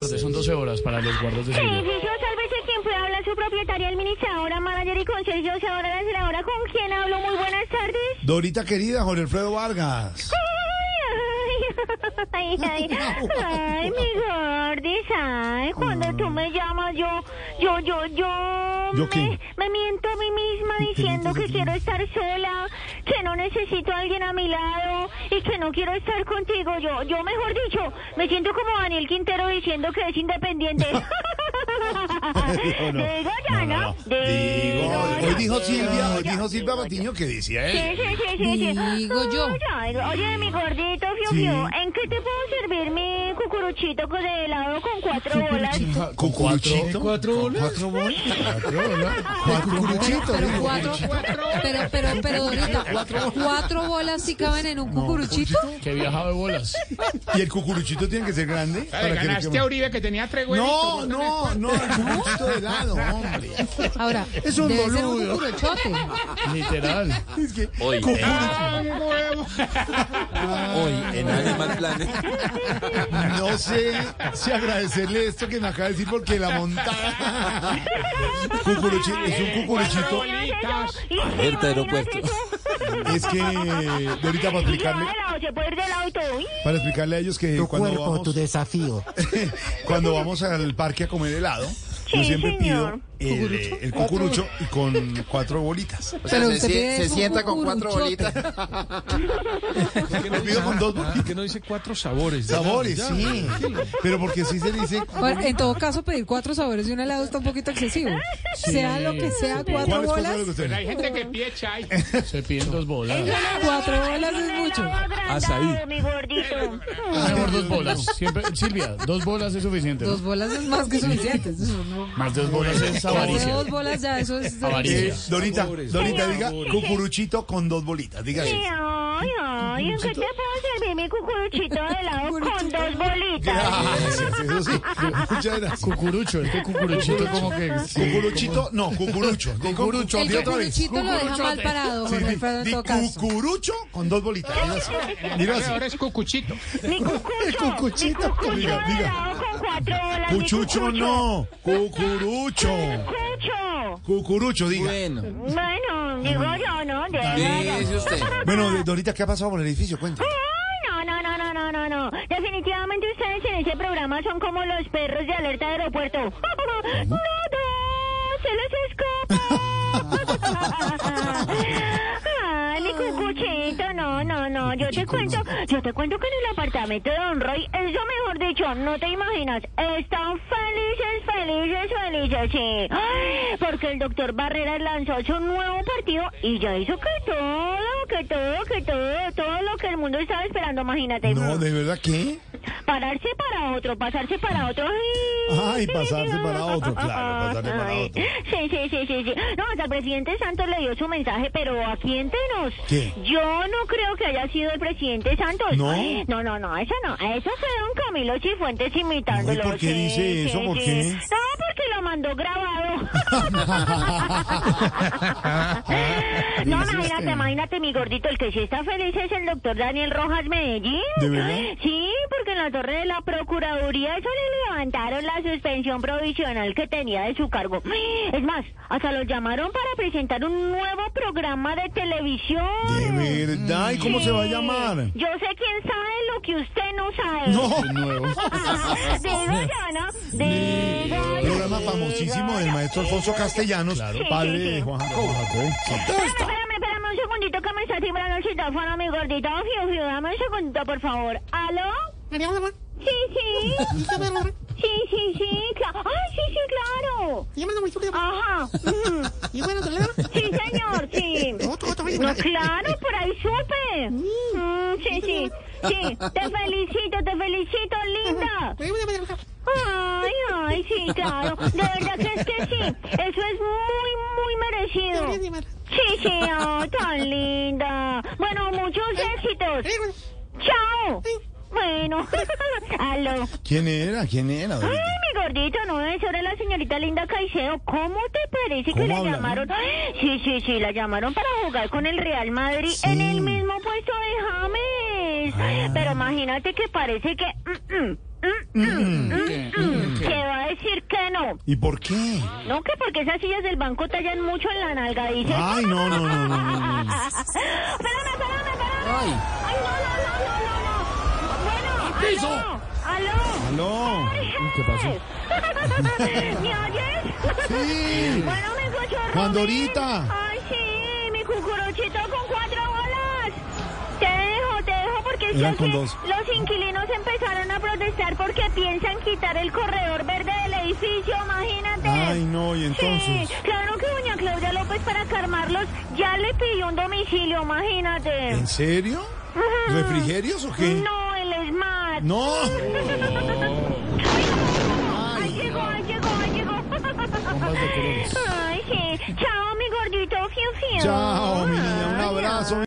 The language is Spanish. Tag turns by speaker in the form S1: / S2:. S1: corte, son 12 horas para los guardas de seguridad.
S2: Edificio, sálvese quien pueda hablar, su propietaria, administradora, manager y consejo, ahora la senadora, ¿con quién hablo? Muy buenas tardes.
S3: Dorita querida, Jorge Alfredo Vargas.
S2: Ay, ay, ay, ay, mi gordis, ay, cuando tú me llamas yo, yo, yo, yo,
S3: Mm. ¿Yo
S2: me,
S3: qué?
S2: me miento a mí misma diciendo que quiero estar sola, que no necesito a alguien a mi lado y que no quiero estar contigo. Yo, yo, mejor dicho, me siento como Daniel Quintero diciendo que es independiente.
S3: No, no.
S2: Digo ya,
S3: No,
S2: ¿no?
S3: no, no. Digo, hoy dijo Silvia, hoy
S2: ya.
S3: dijo Silvia Patiño que decía
S2: Sí,
S3: él.
S2: sí, sí, sí, sí.
S4: Digo yo.
S2: Ay, ay, Oye, mi gordito, fiu,
S3: Sí.
S2: fiu, ¿en qué te puedo servir mi cucuruchito con- de helado con cuatro bolas?
S3: ¿Con cuatro?
S1: ¿Cucuruchito? ¿Cuatro bolas?
S3: ¿Cuatro bolas? ¿Cuatro bolas? ¿Cuatro cucuruchito?
S4: Pero
S3: dijo.
S4: cuatro, pero, pero, pero Dorita, cuatro bolas sí caben en un cucuruchito.
S1: Que viajaba de bolas.
S3: ¿Y el cucuruchito tiene que ser grande?
S5: Le
S3: que le
S5: ganaste
S3: quepa?
S5: a Uribe que tenía tres
S3: No,
S5: huevitos.
S3: no, no, el cucuruchito de lado, hombre.
S4: Ahora,
S3: Es un
S4: debe ser un
S3: boludo.
S4: cucuruchote.
S1: Literal.
S3: Es que,
S6: Hoy, eh,
S3: cucu-
S6: hoy en Animal Planet.
S3: no sé si agradecerle esto que me acaba de decir porque la montada. Cucuruchito, es un cucuruchito.
S5: Bolitas.
S2: Y si
S6: Alerta
S2: me miras
S6: aeropuerto.
S2: eso-
S3: Es que, Dorita, para
S2: Y se va
S3: explicarle,
S2: de lado, se puede ir del auto. Uy,
S3: para explicarle a ellos que
S7: Tu
S3: cuando
S7: cuerpo,
S3: vamos...
S7: tu desafío.
S3: cuando vamos al parque a comer helado, yo
S2: Sí,
S3: siempre
S2: señor.
S3: pido el, eh, el cucurucho y con cuatro bolitas.
S4: Pero usted pide un cucuruchote.
S3: Lo pido con dos bolitas.
S1: no dice cuatro sabores?
S3: Sabores, sí. Pero porque sí se dice
S4: Bueno, en todo caso, pedir cuatro sabores de un helado está un poquito excesivo. Sea lo que sea, cuatro
S3: cuáles cosas
S4: bolas,
S3: le
S5: Pero
S3: gustan.
S5: hay gente que pide chai.
S1: Se piden dos bolas.
S4: cuatro bolas es
S2: el
S4: mucho.
S2: helado agrandado, mi gordito.
S1: Mejor dos bolas. Siempre, Silvia, dos bolas es suficiente. ¿no?
S4: Dos bolas es más que suficiente. Eso no-
S1: Más de dos bolas es
S4: Más de
S1: avaricia.
S4: dos bolas ya, eso es...
S1: Avaricia.
S3: Eh, Dorita, Dorita,
S2: Señor.
S3: diga cucuruchito con dos bolitas. Diga
S2: Sí,
S3: eso.
S2: ay, ay, ¿en qué te puedo servir mi cucuruchito de helado con dos bolitas?
S3: Gracias, eso Ah, sí. Muchas gracias.
S1: Cucurucho, es que cucuruchito como que...
S3: Cucuruchito, no, cucurucho. Di Cucurucho,
S4: El
S3: di otra vez.
S4: cucuruchito lo deja mal parado,
S3: Sí,
S4: Jorge
S3: di-
S4: Alfredo, en
S3: di
S4: todo caso.
S3: cucurucho con dos bolitas. Diga así. Diga así.
S5: Ahora es cucuchito.
S2: Mi cucucho, mi
S3: cucuchito.
S2: cucucho
S3: Diga,
S2: de
S3: diga.
S2: helado con cuatro bolas. mi
S3: Cuchucho
S2: cucucho.
S3: no, cucurucho.
S2: Cucucho.
S3: Cucurucho, diga.
S6: Bueno,
S2: Bueno, digo yo, ¿no? De
S6: dice usted.
S3: Bueno, de- Dorita, ¿qué ha pasado por el edificio? Cuenta.
S2: No, no, no, no, no, no, no. Definitivamente ustedes en ese programa son como los perros de alerta de aeropuerto. ¡No, no! ¡Se les escapa! Ay, mi cucuchito, Ah, no, no, no. Yo te cuento, yo te cuento que en el apartamento de Don Roy, eso mejor dicho, no te imaginas. Están felices, felices, felices, sí. Ay, Porque el doctor Barreras lanzó su nuevo partido y ya hizo que todo, que todo, que todo, todo lo que el mundo estaba esperando, imagínate.
S3: No, ¿de verdad qué?
S2: Pararse para otro, pasarse para otro.
S3: Ay, pasarse para otro, claro, pasarse para
S2: Ay,
S3: otro.
S2: Sí, sí, sí, sí, sí. No, hasta el presidente Santos le dio su mensaje, pero aquí entre nos.
S3: ¿Qué?
S2: Yo no creo que haya sido el presidente Santos.
S3: ¿No?
S2: No, no, no, eso no. Eso fue don Camilo Cifuentes imitándolo.
S3: No, ¿y por qué
S2: Sí,
S3: dice eso?
S2: sí,
S3: ¿Por
S2: sí.
S3: qué?
S2: No, porque lo mandó grabado. No, imagínate, imagínate, mi gordito, el que sí está feliz es el doctor Daniel Rojas Medellín.
S3: ¿De verdad?
S2: Sí, porque en la torre de la Procuraduría eso le levantaron la suspensión provisional que tenía de su cargo. Es más, hasta lo llamaron para presentar un nuevo programa de televisión.
S3: ¿De verdad? ¿Y cómo se va a
S2: Sí.
S3: llamar?
S2: Yo sé quién sabe lo que usted no sabe.
S3: No.
S2: Digo yo, ¿no? Digo yo.
S3: Programa famosísimo del maestro Alfonso Castellanos, padre de Juan Jacobo.
S2: Espérame, espérame un segundito que me está timbrando el citófono, mi gordito. Fiu, fiu, dame un segundito, por favor. ¿Aló? Sí, sí. Sí, sí, sí. cla- Ay, sí, sí, claro. Ajá. mm, Sí, señor, sí. No, claro, por ahí supe. Mm, sí, sí. Sí, te felicito, te felicito, linda. Ay, ay, sí, claro. De verdad que es que sí. Eso es muy, muy merecido. Sí, sí, oh, tan linda. Bueno, muchos éxitos. Chao. Bueno, aló.
S3: ¿Quién era? ¿Quién era?
S2: Ay,
S3: Dorita?
S2: mi gordito, no es sobre la señorita Linda Caicedo. ¿Cómo te parece que
S3: ¿Cómo
S2: la
S3: habla,
S2: llamaron? Ay, Sí, sí, sí, la llamaron para jugar con el Real Madrid
S3: Sí.
S2: en el mismo puesto de James. Pero imagínate que parece que... mm, mm, mm, mm, mm, mm, banco.
S3: ¿Y por qué?
S2: No, que porque esas sillas del banco tallan mucho en la nalga, dice.
S3: Ay, no, no, no, no, no, no.
S2: Espérame, espérame, espérame.
S6: Ay.
S2: Ay, no, no, no, no, no, no. Bueno,
S3: piso.
S2: aló.
S3: Aló.
S1: ¿Qué pasó?
S2: Jorge. ¿Me oyes?
S3: Sí.
S2: Bueno, mi cochorro.
S3: Pandorita.
S2: Ay, sí, mi cucuruchito con cuatro bolas. Te dejo, te dejo porque sí
S3: Eran
S2: o
S3: con
S2: sí,
S3: dos.
S2: los inquilinos empezaron a protestar porque piensan quitar el corredor verde del edificio, imagínate.
S3: Ay, no, y entonces.
S2: Sí, claro que doña Claudia López para calmarlos ya le pidió un domicilio, imagínate.
S3: ¿En serio?
S2: Ajá.
S3: ¿Refrigerios o qué?
S2: No, el SMAT.
S3: No.
S2: Ay, llegó, ay, llegó, ay, llegó.
S1: colores.
S2: Ay, sí. Chao, mi gordito, fiu, fiu.
S3: Chao, mi niña. Un
S2: Ay,
S3: abrazo.